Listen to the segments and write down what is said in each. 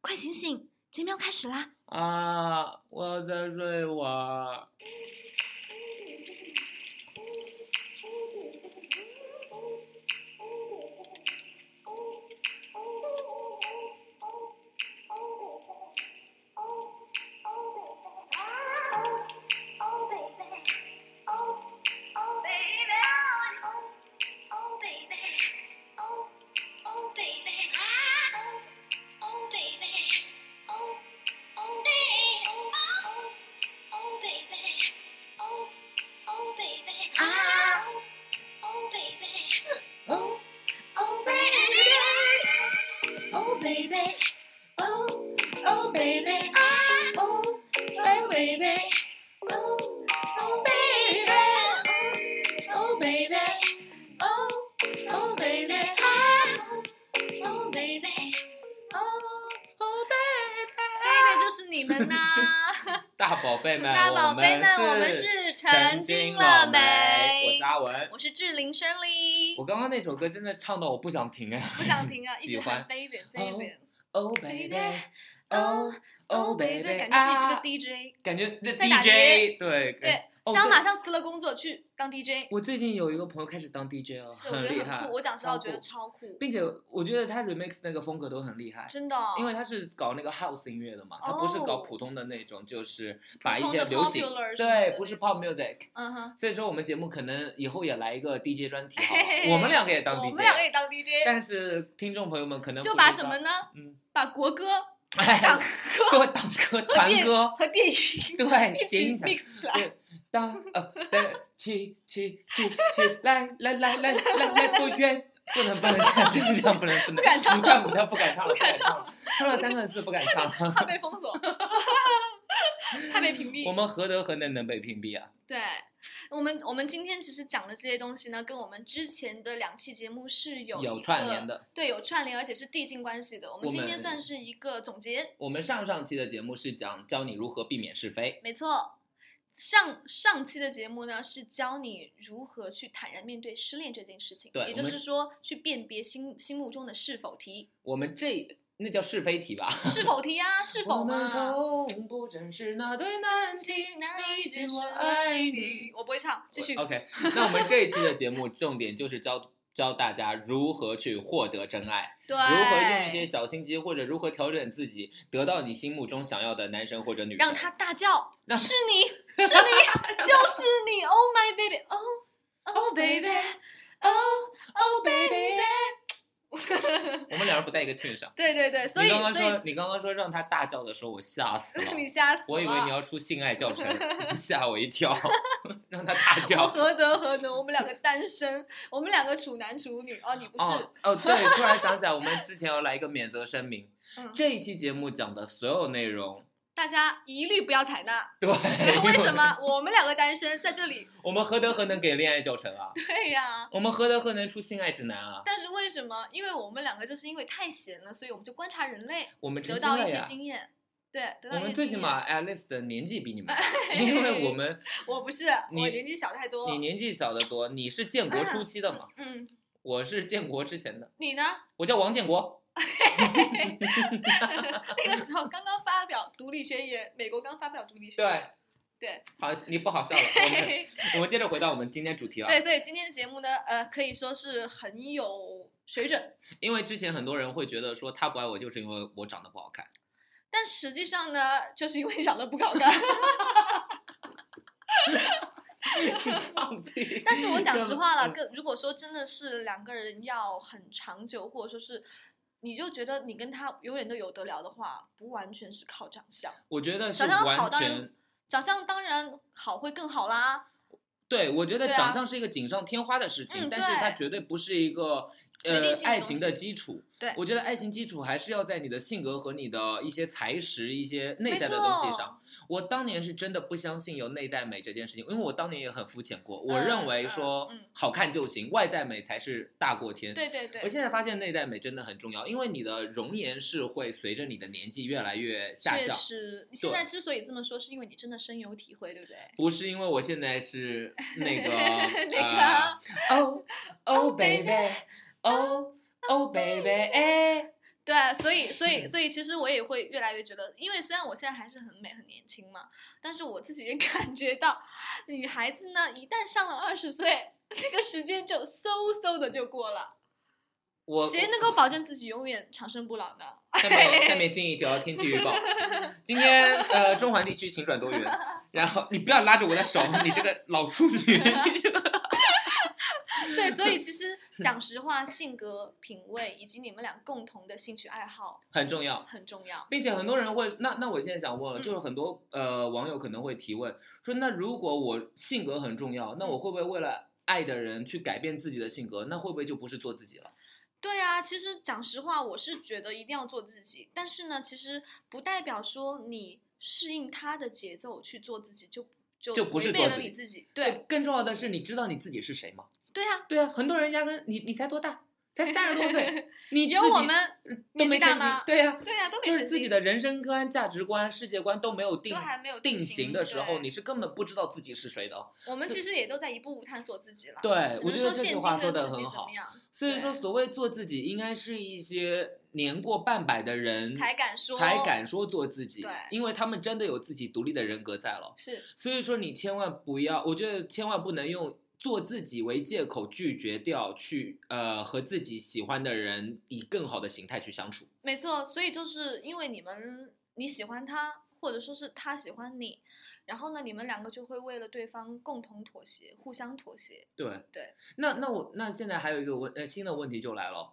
快醒醒，节目要开始啦！啊，我在睡会儿。就是你 们呐，大宝贝们，大宝贝们，我们是成精了没？我是阿文，我是志玲生丽。我刚刚那首歌真的唱到我不想停哎，不想停 啊，一喜直欢喊 baby baby Oh baby，Oh oh oh baby， baby，啊感觉自己是个 DJ。感觉这在打 DJ 对对，哦想对马上辞了工作去当 DJ，我最近有一个朋友开始当 DJ 哦，是我觉厉得很害酷。，我讲实话，我觉得超超酷酷，，并且我觉得他 remix 那个风格都很厉害。真的哦。因为他是搞那个 house 音乐的嘛，他不是搞哦普通的那种，就是把一通些的流 popular 行什么对的，不是那种 pop music，嗯 哼，所以说我们节目可能以后也来一个 DJ 专题好了嘿嘿嘿我们两个也当 DJ，我们两个也当 DJ，但是听众朋友们可能就不把知什道么呢？ 嗯，把国歌、哎 党歌、党歌、和传电歌， 和电影对 一谐起音梗 mix 起来。对， 当呃的起起起起来来来来来来不远，不能不能这样，真的这样不能不能，不敢唱不敢不敢不敢唱了，不敢唱了，唱了三个字不敢 唱 了。怕被封锁，怕被屏蔽。我们何德何能能被屏蔽啊？对，我们我们今天其实讲的这些东西呢，跟我们之前的两期节目是有有一串个联，的。对，有串联，而且是递进关系的。我们我今天们算是一个总结，我们上上期的节目是讲教你如何避免是非，没错。上上期的节目呢，是教你如何去坦然面对失恋这件事情，对也我就们是说去辨别心心目中的是否题，我们这那叫是非题吧？是否题啊，是我否们嘛？从不正视那对难题，那一句我我爱爱你你，我不会唱，继续。 OK，那我们这一期的节目重点就是教教大家如何去获得真爱，对，如何用一些小心机，或者如何调整自己，得到你心目中想要的男神或者女神。让他大叫，让是你， 是你，就是你，Oh my baby，Oh Oh baby，Oh Oh baby。我们两人不在一个 tune 上。对对 对，所以你刚刚所说以你刚刚说让他大叫的时候，我吓死了。 你吓死了，我以为你要出性爱教程， 你吓我一跳， 让他大叫我。哦何德何能，我们两个单身，我们两个处男处女，哦，你不是哦，哦，对， 突然想起来，我们之前要来一个免责声明，嗯这一期节目讲的所有内容， 大家一律不要采 纳，对，为什？么？我们两个单身在这里， 我们何德何能给恋爱教程啊？对呀、我们何德何能出性爱指南啊？但是为什么？因为我们两个就是因为太闲了，所以我们就观察人类，我们得成到一精了些呀。经验。对，得到我一些们经最验。起码 Alice 的年纪比你们 大，因为我们我不是，你我年纪小太多。你年纪小得多，你是建国初期 的嘛，嗯，我是建国之前的，你 呢？我叫王建国，那个时候刚刚发表独立宣言，美国刚发表独立宣对言。，对，好，你不好笑了，我 们对，我们接着回到我们今天主题啊，对，所以今天的节目呢，呃，可以说是很有水准，因为之前很多人会觉得说他不爱我就是因为我长得不好看，但实际上呢，就是因为长得不 好看。 放屁但是我讲实话了，嗯跟如果说真的是两个人要很长久，或者说是。你就觉得你跟他永远都有得聊的话，不完全是靠长相，我觉得是长相好完当全然，长相当然好会更好啦，对我觉得对啊长相是一个锦上添花的事情，嗯但是它对绝对不是一个决呃定性的爱东情西的基础。对我觉得爱情基础还是要在你的性格和你的一些才识、一些内没在的错东西上。我当年是真的不相信有内在美这件事情，因为我当年也很肤浅过，我嗯认为嗯说嗯好看就行，外在美才是大过天。对对对，我现在发现内在美真的很重要，因为你的容颜是会随着你的年纪越来越下确降，实，你现在之所以这么说，是因为你真的深有体会，对不对？不是因为我现在是 那个呃那哦哦 baby baby，哦哦，Oh baby，哎对，啊所以所以所以，其实我也会越来越觉得，因为虽然我现在还是很美很年轻嘛，但是我自己也 感觉到，女孩子呢，一旦上了二十岁，这个时间就嗖嗖的就过了。我谁能够保证自己永远长生不老呢？ 下面下面进一条天气预 报，今天呃中环地区晴转多云，然后你不要拉着我的手，你这个老处女，对，所以其实讲实话，性格、品味以及你们俩共同的兴趣爱好很重要。很重要。并且很多人会，那那我现在想问了，嗯就是很多呃网友可能会提问说，那如果我性格很重要，那我会不会为了爱的人去改变自己的性格？那会不会就不是做自己了？对啊，其实讲实话，我是觉得一定要做自己，但是呢，其实不代表说你适应他的节奏去做自己就就就不是违背做了自你己自己。对，更重要的是，你知道你自己是谁吗？对啊，对啊，很多人压根你你才多大，才三十多 岁，你有自己我们嗯都年纪没大成型吗对呀、对啊，都没就是成自己精的人生观、价值观、世界观都没有定都还没有定型型的时候，对你是根本不知道自己是谁的。我们其实也都在一步步探索自己了。对只我能觉说得这句现话今说的得自己很怎么好样所以说，对所谓做自己，应该是一些年过半百的人才敢说，嗯才敢说做自己对，因为他们真的有自己独立的人格在了。是所以说，你千万不要，我觉得千万不能用做自己为借口拒绝掉去呃和自己喜欢的人以更好的形态去相处。没错，所以就是因为你们你喜欢他，或者说是他喜欢你，然后呢，你们两个就会为了对方共同妥协，互相妥协。对对，那那我那现在还有一个问呃新的问题就来了，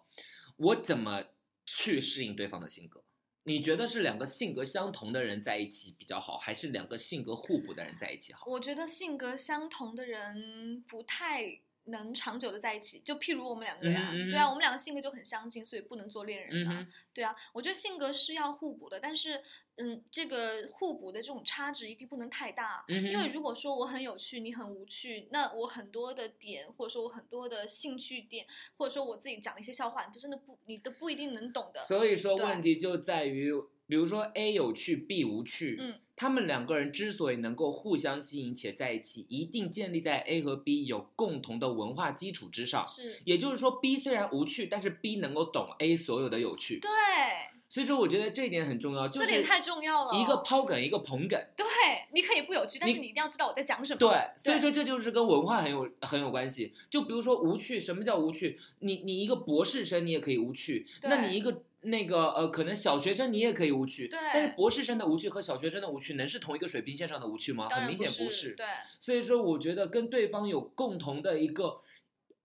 我怎么去适应对方的性格？你觉得是两个性格相同的人在一起比较好，还是两个性格互补的人在一起好？我觉得性格相同的人不太能长久的在一起，就譬如我们两个呀，嗯嗯对啊，我们两个性格就很相近，所以不能做恋嗯人啊。哼，对啊，我觉得性格是要互补的，但是嗯，这个互补的这种差值一定不能太大。嗯哼，因为如果说我很有趣，你很无趣，那我很多的点，或者说我很多的兴趣点，或者说我自己讲的一些笑话，你就真的不，你都不一定能懂的。所以说对问题就在于，比如说 A 有趣，B 无趣，嗯，他们两个人之所以能够互相吸引且在一起，一定建立在 A 和 B 有共同的文化基础之上。是，也就是说，B 虽然无趣，但是 B 能够懂 A 所有的有趣。对，所以说，我觉得这一点很重要，就这是点太重要了。哦一个抛梗，一个捧梗。对，你可以不有趣，但你是你一定要知道我在讲什么。对，所对以说这就是跟文化很有很有关系。就比如说无趣，什么叫无趣？你你一个博士生你也可以无趣，那对你一个那个呃，可能小学生你也可以无趣。对但是博士生的无趣和小学生的无趣能是同一个水平线上的无趣吗？当然很明显不是。对，所以说，我觉得跟对方有共同的一个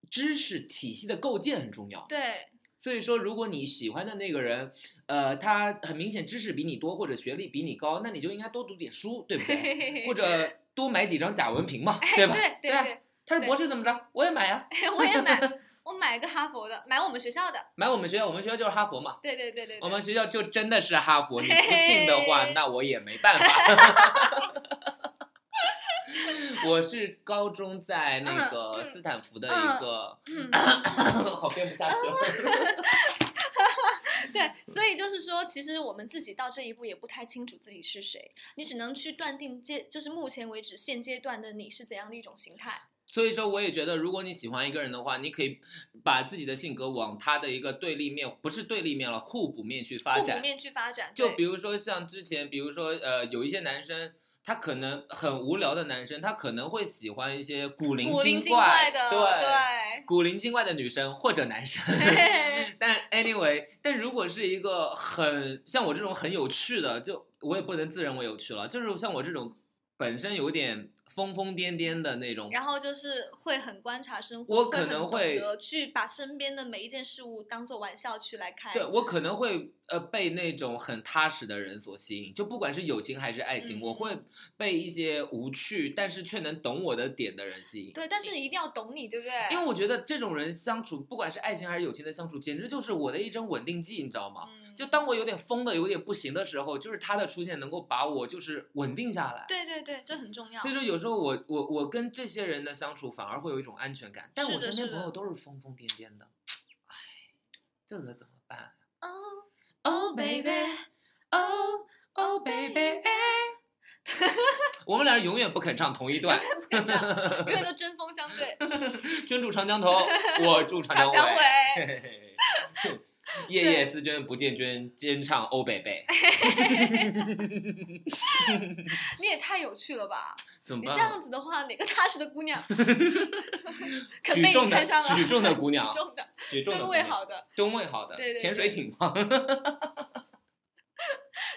知识体系的构建很重要。对，所以说，如果你喜欢的那个人，呃，他很明显知识比你多，或者学历比你高，那你就应该多读点书，对不 对？ 或者多买几张假文凭嘛，哎，对对吧？对啊对他是博士怎么着？我也买 啊呀、对，我 也买，我买一个哈佛的，买我们学校的。买我们学校，我们学校就是哈佛嘛。对对对对对，我们学校就真的是哈佛，你不信的话，嘿那我也没办法。 我是高中在嗯那个嗯斯坦福的嗯一个，嗯 好编不下去了。对，所以就是说，其实我们自己到这一步也不太清楚自己是谁，你只能去断定阶，就是目前为止现阶段的你是怎样的一种形态。 所以说，我也觉得，如果你喜欢一个人的话，你可以把自己的性格往他的一个对立面，不是对立面了，互补面去发互展补。面去发展，就对比如说像之前，比如说呃，有一些男生，他可能很无聊的男生，他可能会喜欢一些古灵古灵精精怪的，对，对古灵精怪的女生或者 男生。 嘿但 anyway，但如果是一个很像我这种很有趣的，就我也不能自认为有趣了，就是像我这种本身有点疯疯癫癫的那种，然后就是会很观察生活，我可会很能懂会得去把身边的每一件事物当做玩笑去来看。对我可能会呃被那种很踏实的人所吸引，就不管是友情还是爱情，嗯我会被一些无趣但是却能懂我的点的人吸引。对但是一定要懂你，对不对？因为我觉得这种人相处，不管是爱情还是友情的相处，简直就是我的一针稳定剂，你知道吗？嗯就当我有点疯的、有点不行的时候，就是他的出现能够把我就是稳定下来。对对对，这很重要所。以说，有时候我我我跟这些人的相处反而会有一种安全感，但是我的身边是朋友的都是疯疯癫癫的，唉，这可怎么办？哦 Oh baby, oh oh baby, 我们俩人永远不肯唱同一段。不敢这样，永远都针锋 相对。君住长江头，我住长长江江尾。尾嘿嘿嘿夜夜思娟不见娟，兼唱 Oh 欧贝贝，你也太有趣了吧！怎么你办哎这啊？样子的话，哪个踏实的姑 娘肯举被重你的看上了？举重的姑娘举重的，举重的吨姑位娘好的，吨位好的，对对对潜水艇吗？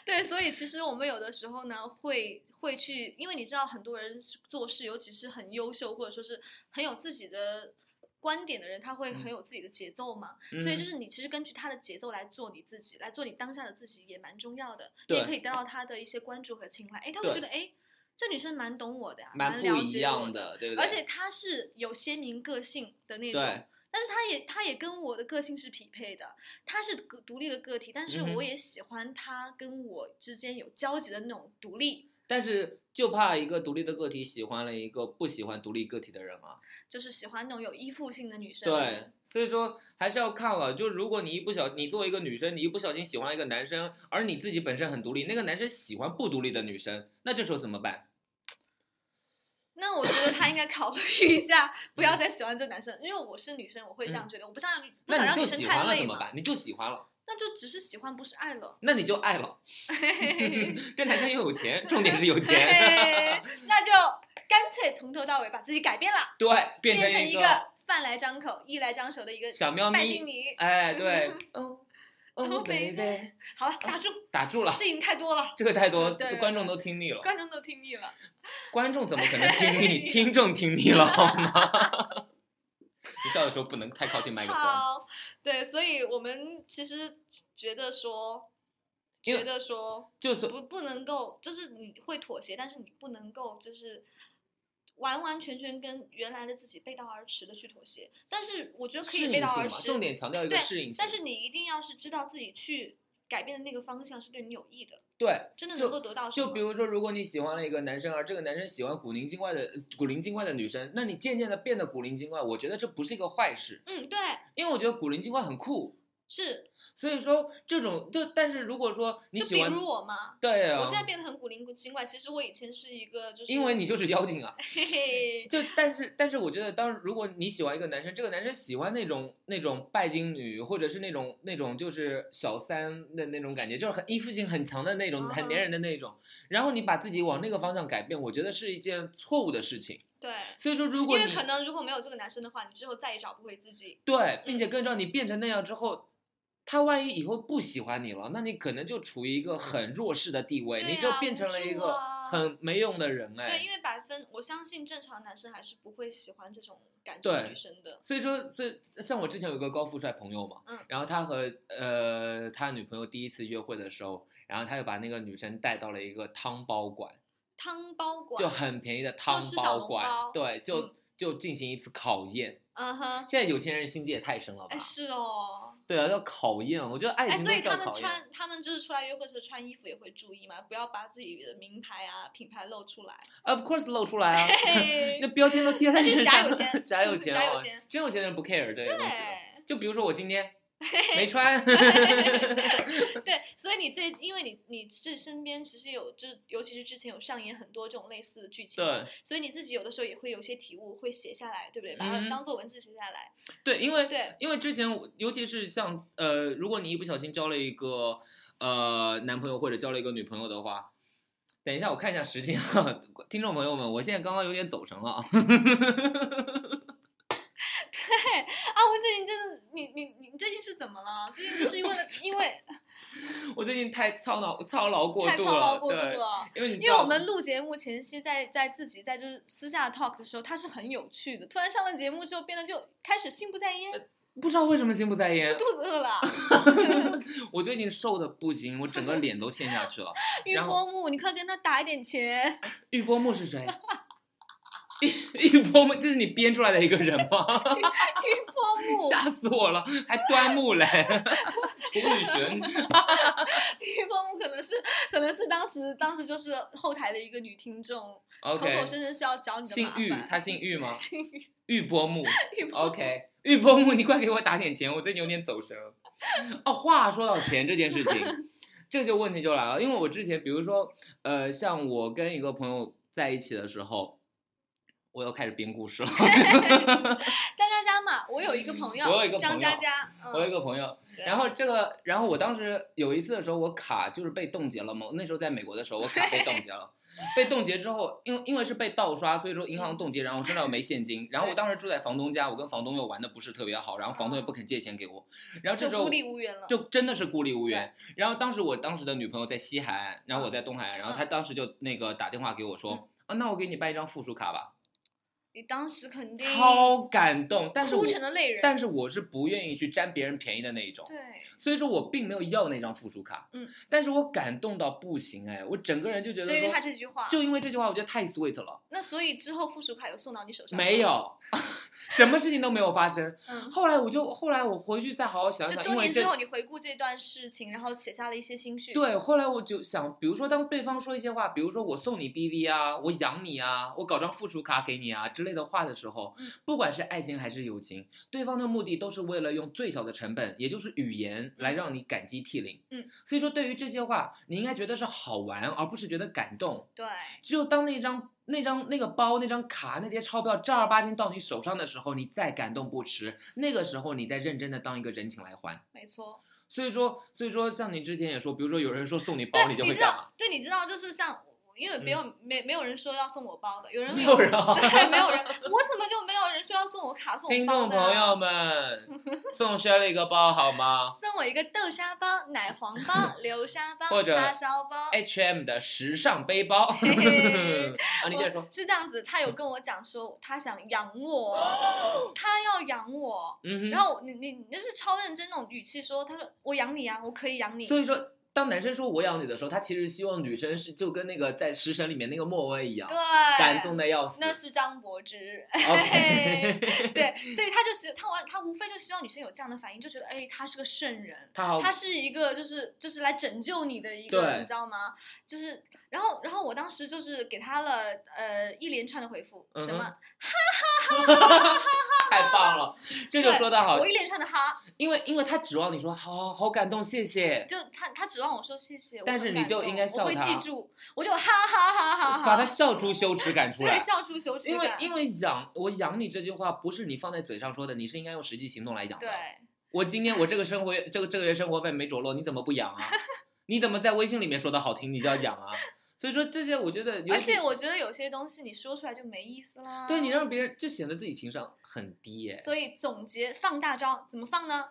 对，所以其实我们有的时候呢，会会去，因为你知道很多人是做事，尤其是很优秀或者说是很有自己的观点的人，他会很嗯有自己的节奏嘛。所以就是你其实根据他的节奏来做你自己，来做你当下的自己也蛮重要的。你也对可以得到他的一些关注和青睐。哎，他会觉对得哎，诶这女生蛮懂我的呀、嗯蛮不了一解我样的，对不对？而且她是有鲜明个性的那种对。但是她也，她也跟我的个性是匹配的。她是个独立的个体，但是嗯我哼也喜欢她跟我之间有交集的那种独立，但是就怕一个独立的个体喜欢了一个不喜欢独立个体的人啊。就是喜欢那种有依附性的女生。对，，所以说还是要看了。就如果你一不小，你作为一个女生，你一不小心喜欢了一个男生，而你自己本身很独立，那个男生喜欢不独立的女生，那这时候怎么办？那我觉得她应该考虑一下，不要嗯再喜欢这男生，因为我是女生，我会这样觉得，我不想让女不想那你让就女生喜太欢了累怎么嘛。办？你就喜欢了，那就只是喜欢，不是爱 了。那你就爱了。这男生又 有钱，重点是有嘿钱，那就干脆从头到尾把自己改变了，对，变变成成一个饭来张口、衣来张手的一个小喵拜咪金。女。嗯哎，对， 哦哦 baby baby，好了，打住，打住了，这已经太多了，这个太多嗯对对观众都听腻了。观众都听腻了。观众怎么可能听哎 腻？听众听腻了好吗？ 你笑的时候不能太靠近麦克风，好，对，所以我们其实觉得说，因觉为得说就是不不能够，就是你会妥协，但是你不能够就是。完完全全跟原来的自己背道而驰的去妥协，但是我觉得可以适背应道性而嘛，驰，重点强调一个对适应性。但是你一定要是知道自己去改变的那个方向是对你有益的，对，真的就能够得到什么？就比如说，如果你喜欢了一个男生，而这个男生喜欢古灵精怪的呃古灵精怪的女生，那你渐渐的变得古灵精怪，我觉得这不是一个坏事，嗯，对，因为我觉得古灵精怪很酷。是，所以说这种就，但是如果说你就喜比欢，如我嘛，对啊，我现在变得很古灵精怪，其实我以前是一个就是因为你就是妖精啊，嘿嘿，就但是但是我觉得当如果你喜欢一个男生，这个男生喜欢那种那种拜金女，或者是那种那种就是小三的那种感觉，就是很依附性很强的那种，嗯很哼粘人的那种。然后你把自己往那个方向改变，我觉得是一件错误的事情。对，所以说，如因果你为可能如果没有这个男生的话，你之后再也找不回自己。对，并嗯且更让你变成那样之后。他万一以后不喜欢你了，那你可能就处于一个很弱势的地位，对你就啊变无成了一助个啊很没用的人哎。对，因为百分，我相信正常男生还是不会喜欢这种感觉对的女生的。所以说，所以像我之前有一个高富帅朋友嘛，嗯然后他和呃他女朋友第一次约会的时候，然后他就把那个女生带到了一个汤包馆，汤包馆，就很便宜的汤吃小包笼馆，包对，就、嗯就进行一次考验。嗯哼，现在有些人心机也太深了吧哎？是哦，对啊，要考验，我觉得爱哎，情都所以是他要们考验。穿，他们就是出来约会的时候穿衣服也会注意嘛，不要把自己的名牌啊、品牌露出来。 of course 露出来啊， 嘿 那标签都贴 在那就是身假上有钱嗯了，假有钱，假有哦钱真有钱的人不 care 这些东西的。对就比如说我 今天没穿， 对， 所以你这，因为你你这身边其实有，就是尤其是之前有上演很多这种类似的剧情，对，所以你自己有的时候也会有一些体悟，会写下来，对不对？把它嗯当做文字写下来。对，因为对因为之前我，尤其是像呃，如果你一不小心交了一个呃男朋友或者交了一个女朋友的话，等一下我看一下时间啊，听众朋友们，我现在刚刚有点走神了啊。 对啊，我最近真的，你你你最近是怎么了？最近就是 因为因为我最近太操劳操劳过太度操劳了，过度对，了。因为你知因为道我们录节目前期在在自己在就是私下 talk 的时候，他是很有趣的。突然上了节目之后，变得就开始心不在焉，不知道为什么心不在是不是焉，肚子饿 了？我最近瘦的不行，我整个脸都陷下去 了。玉然后波木，你快跟他打一点 钱。玉波木是谁？玉玉波木，这是你编出来的一个人 玉吗？波木，吓死我了，还端木嘞， 楚雨荨。玉波木可能是可能是当时当时就是后台的一个女听众 OK，口口声声是要找你的姓麻玉，烦。他姓玉 吗？姓玉，玉波木 玉波木，OK，玉波木，你快给我打点钱，我最近有点走神。哦，话说到钱这件事 情，这就问题就来了，因为我之前，比如说，呃，像我跟一个朋友在一起的时候，我又开始编故事了。 张嘉佳嘛，我有一个朋友，我有一个张朋嘉友佳，嗯、嗯我有一个朋友，对然后这个，然后我当时有一次的时候，我卡就是被冻结了嘛。那时候在美国的时候，我卡被冻结了。 被冻结之后，因为因为是被盗刷，所以说银行冻结，然后我身上又没 现金，然后我当时住在房东家，我跟房东又玩的不是特别好，然后房东又不肯借钱给我，然后这哦就时候孤立无援了。就真的是孤立无援。然后当时我当时的女朋友在西海岸，然后我嗯在东海岸，然后她当时就那个打电话给我说，啊，那我给你办一张附属卡吧，你当时肯定超感动，但是我哭成了泪人。但是我是不愿意去占别人便宜的那一种，对，所以说我并没有要那张附属卡，嗯，但是我感动到不行哎，我整个人就觉得就因为他说，这句话，就因为这句话，我觉得太 sweet 了，那所以之后附属卡有送到你手上吗没，有， 什么事情都没有发生。嗯，后来我就后来我回去再好好想就想，多因为年这之后你回顾这段事情，然后写下了一些心绪。对，后来我就想，比如说当对方说一些话，比如说我送你 BV 啊，我养你啊，我搞张附属卡给你啊之类的话的时候嗯，不管是爱情还是友情，对方的目的都是为了用最小的成本，也就是语言来让你感激涕零。嗯，所以说对于这些话，你应该觉得是好玩，而不是觉得感动。对，只有当那张。那张那个包、那张卡、那叠钞票正儿八经到你手上的时候，你再感动不迟。那个时候，你再认真的当一个人情来还。没错。所以说，所以说，像你之前也说，比如说有人说送你包，对，你就会知干嘛？嗯道，对，你知道，就是像我，因为没有、没没有人说要送我包的，有人没有人 啊对，没有 人，我怎么就没有人说要送我卡送我听包众的啊、朋 友们，送 Shirley 一个包好吗送我一个豆沙包、奶黄 包、流沙包、或者叉烧包。 ？H&M 的时尚背包。啊，嘿 嘿你接着说我。是这样子，他有跟我讲说他想养 我，他要养我。嗯然哼。后你你你那是超认真那种语气说，他说我养你啊，我可以养你。所以说，当男生说我养你的时候，他其实希望女生是就跟那个在《食神》里面那个莫文一样，对，感动的要死。那是张柏芝。 OK，对，所以他就是他完他无非就希望女生有这样的反应，就觉得哎，他是个圣人。他好，他是一个，就是就是来拯救你的一个，哦对你知道吗？就是，然后然后我当时就是给他了呃一连串的回复，嗯哼什么太棒了，这就对说的好我，一连串的哈，因为因为他指望你说好好感动，谢谢，就他他指望我说谢谢，我但是很你感就动应该笑我会他啊记住，我就哈哈哈哈哈，把他笑出羞耻感出对。来笑出羞耻因为感因为养我养你这句话不是你放在嘴上说的，你是应该用实际行动来养的。对，我今天我这个生活这个这个月生活费没着落，你怎么不养啊？你怎么在微信里面说的好听，你就要养啊？所以说这些我觉得尤其，而且我觉得有些东西你说出来就没意思啦，对你让别人就显得自己情商很低耶。所以总结放大招怎么放呢？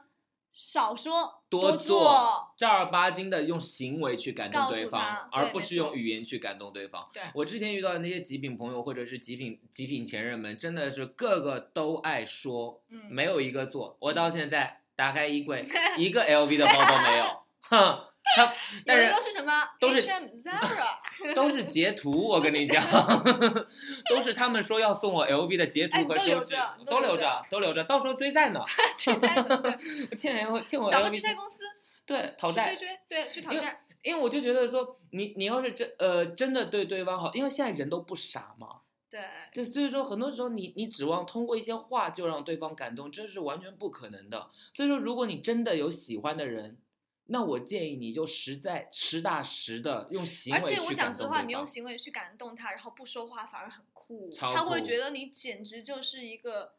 少说多做，做正儿八经的用行为去感动告诉对他方，对而不没是错用语言去感动对方。对我之前遇到的那些极品朋友或者是极品极品前任们，真的是个个都爱说，嗯，没有一个做，我到现在打开衣 柜，一个 LV 的包都没有，哼，他但有的都是是什么都是 H&M、Zara，都是截图，我跟你讲， 都是他们说要送我 LV 的截哎图你和都留手指着你，都都留留着着，都留着，到时候追债呢， 追债的，对欠人欠我找个追债 LV 公司对讨追债，追，对，去讨因为债，因为我就觉得说你你要是真呃真的对对方好，因为现在人都不傻嘛，对，就所以说，很多时候你你指望通过一些话就让对方感动，这是完全不可能的。所以说，如果你真的有喜欢的人，那我建议你就实在实打实的用行而为且去我感讲动实对话，你用方行为去感动他，然后不说话反而很酷，超他会酷觉得你简直就是一 个，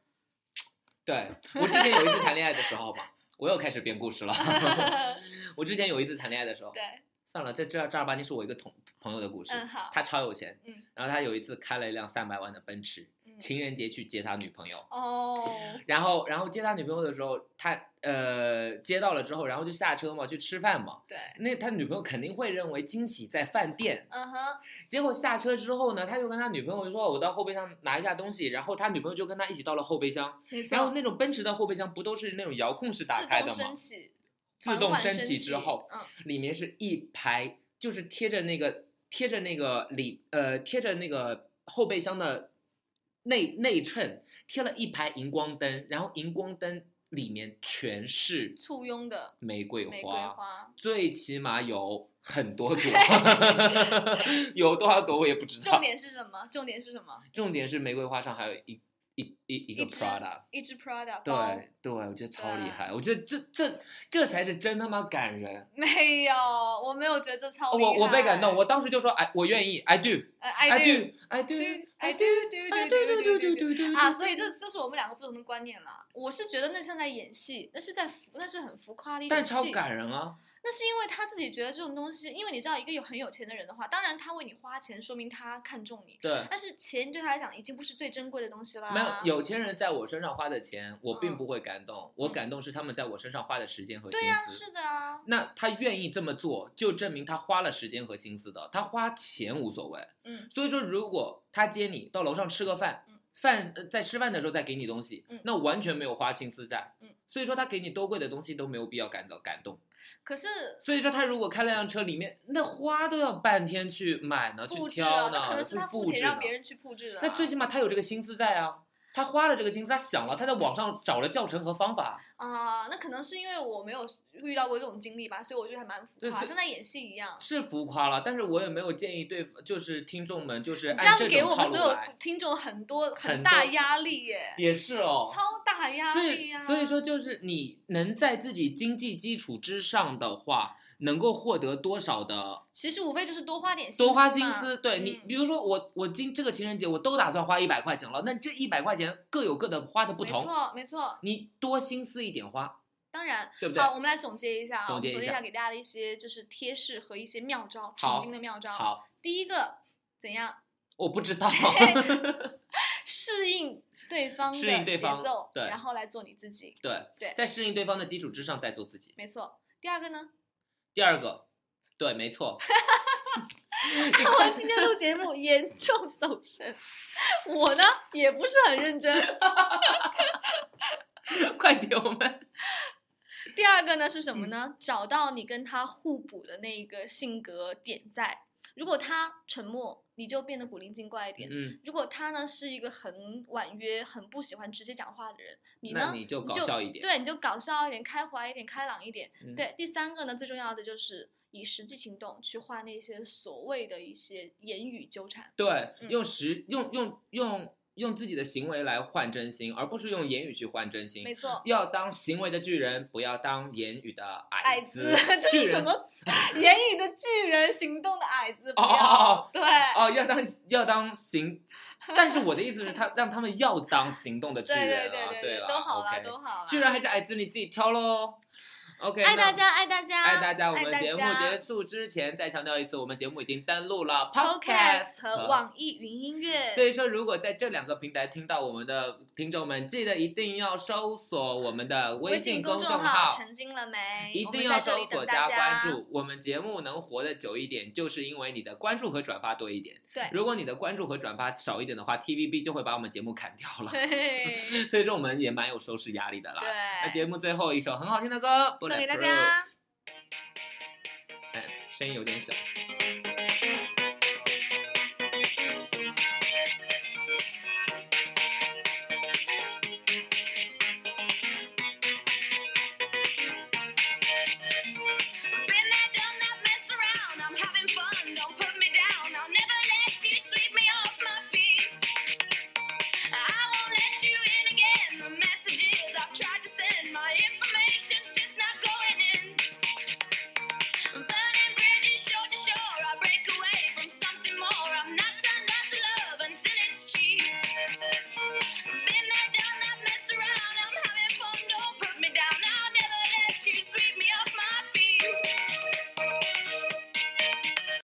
对我之前有一次谈恋爱的时候嘛，我又开始编故事了。 我之前有一次谈恋爱的时候，对，算了，这这正儿八经是我一个同朋友的故事。嗯好，他超有钱，嗯然后他有一次开了一辆三百万的奔驰，嗯情人节去接他女朋友。哦，然后，然后接他女朋友的时候，他呃接到了之后，然后就下车嘛，去吃饭嘛。 对，那他女朋友肯定会认为惊喜在饭店。嗯哼，结果下车之后呢，他就跟他女朋友说：“我到后备箱拿一下东西。”然后他女朋友就跟他一起到了后备箱。没然后错，那种奔驰的后备箱不都是那种遥控式打自开的动吗升？起，自缓动缓升升起之后，嗯，里面是一排，就是贴着那个贴着那个里呃贴着那个后备箱的内内衬贴了一排荧光灯，然后荧光灯里面全是簇拥的玫瑰花，玫瑰花，最起码有很多朵，有多少朵我也不知道。重点是什么？重点是什么？重点是玫瑰花上还有一一一一个一只 Prada。一哦只 Prada 包，对对，我觉得超厉对害，我觉得这这这才是真他妈感人。没有，哦我没有觉得这超厉害，呃我我被感动，我当时就说，哎，我愿意，I do，I ，I do， do，I do，I I do do do do do do do 对啊，所以这这是我们两个不同的观念了。我是觉得那像在演戏，那是在浮那是很浮夸的一种但超戏。感人啊！那是因为他自己觉得这种东西，因为你知道一个有很有钱的人的话，当然他为你花钱，说明他看重你。对，但是钱对他来讲已经不是最珍贵的东西啦。没有有钱人在我身上花的钱，我并嗯不会感动，我嗯感动是他们在我身上花的时间和心对呀、思。是的啊，那他愿意这么做，就证明他花了时间和心思的，他花钱无所谓。嗯所以说，如果他接你到楼上吃个饭嗯，饭呃在吃饭的时候再给你东西嗯，那完全没有花心思在嗯。所以说他给你多贵的东西都没有必要感到感动。可是所以说他如果开了辆车，里面那花都要半天去买呢，去布置挑了，呢，那可能是去他付布置钱让呢别人去啊布置的啊。那最起码他有这个心思在啊，他花了这个心思，他想了，他在网上找了教程和方法。啊，那可能是因为我没有遇到过这种经历吧，所以我觉得还蛮浮对夸，所以像在演戏一样。是浮夸了，但是我也没有建议对，就是听众们就是这样按这给种我套们路所有来，听众很多很大多压力耶，也是哦。超大压所力啊以呀、，所以，说就是你能在自己经济基础之上的话，能够获得多少的其实无非就是多花点心多花心嘛思？对你嗯，比如说我，我今这个情人节我都打算花一百块钱了，那这一百块钱各有各的花的不没同，错，没错，你多心思一点花，当然。对不对？好，我们来总结一下啊，总我们结一总结一下下给大家的一些就是贴士和一些妙招，成精的妙招。，好，第一个怎样我 不知道。适应对方适应的对节方奏，对然后来做你自己，对对在适应对方的基础之上再做自己。没错。第二个 呢，第二个，对，没 错，我们今天录节 目严重走神，我呢也不是很认真。快点，我们第二个呢是什么嗯呢？找到你跟他互补的那一个性格点在。如果他沉默，你就变得古灵精怪一点；嗯，如果他呢是一个很婉约、很不喜欢直接讲话的人，你那呢你就搞笑一点，对，你就搞笑一点、开怀一点、开朗一点。嗯，对，第三个呢，最重要的就是以实际行动去换那些所谓的一些言语纠缠。对，嗯用实用用用用自己的行为来换真心，而不是用言语去换真心没。错，要当行为的巨人，不要当言语的矮矮 子，这呃巨是什人么？言语的巨人，行动的矮子，不哦哦要哦对。 哦，要当要当行，但是我的意思是他，让他们要当行 动的巨对对人对啊，对了，都好啦 OK 都好啦。哎巨人还是矮子，你自己挑 喽。OK，爱那大家，爱大家，爱哎大家。我爱们哎大节目家结束之前，再强调一次，我们节目已经登录了 Podcast 和和。网易云音乐所。以说，如果在这两个平台听到我们的听众们，记得一定要搜索我们的微信公众众成精了没？一我定们要在这搜里索等加大 关。注。我们节目能活得久一点，就是因为你的关注和转发多一点。对如果你的关注和转发少一点的话，TVB 就会把我们节目砍掉了。对 所以说，我们也蛮有收视压力的啦。那对，节目最后一首很好听的歌，送送给大家。哎声音有点小。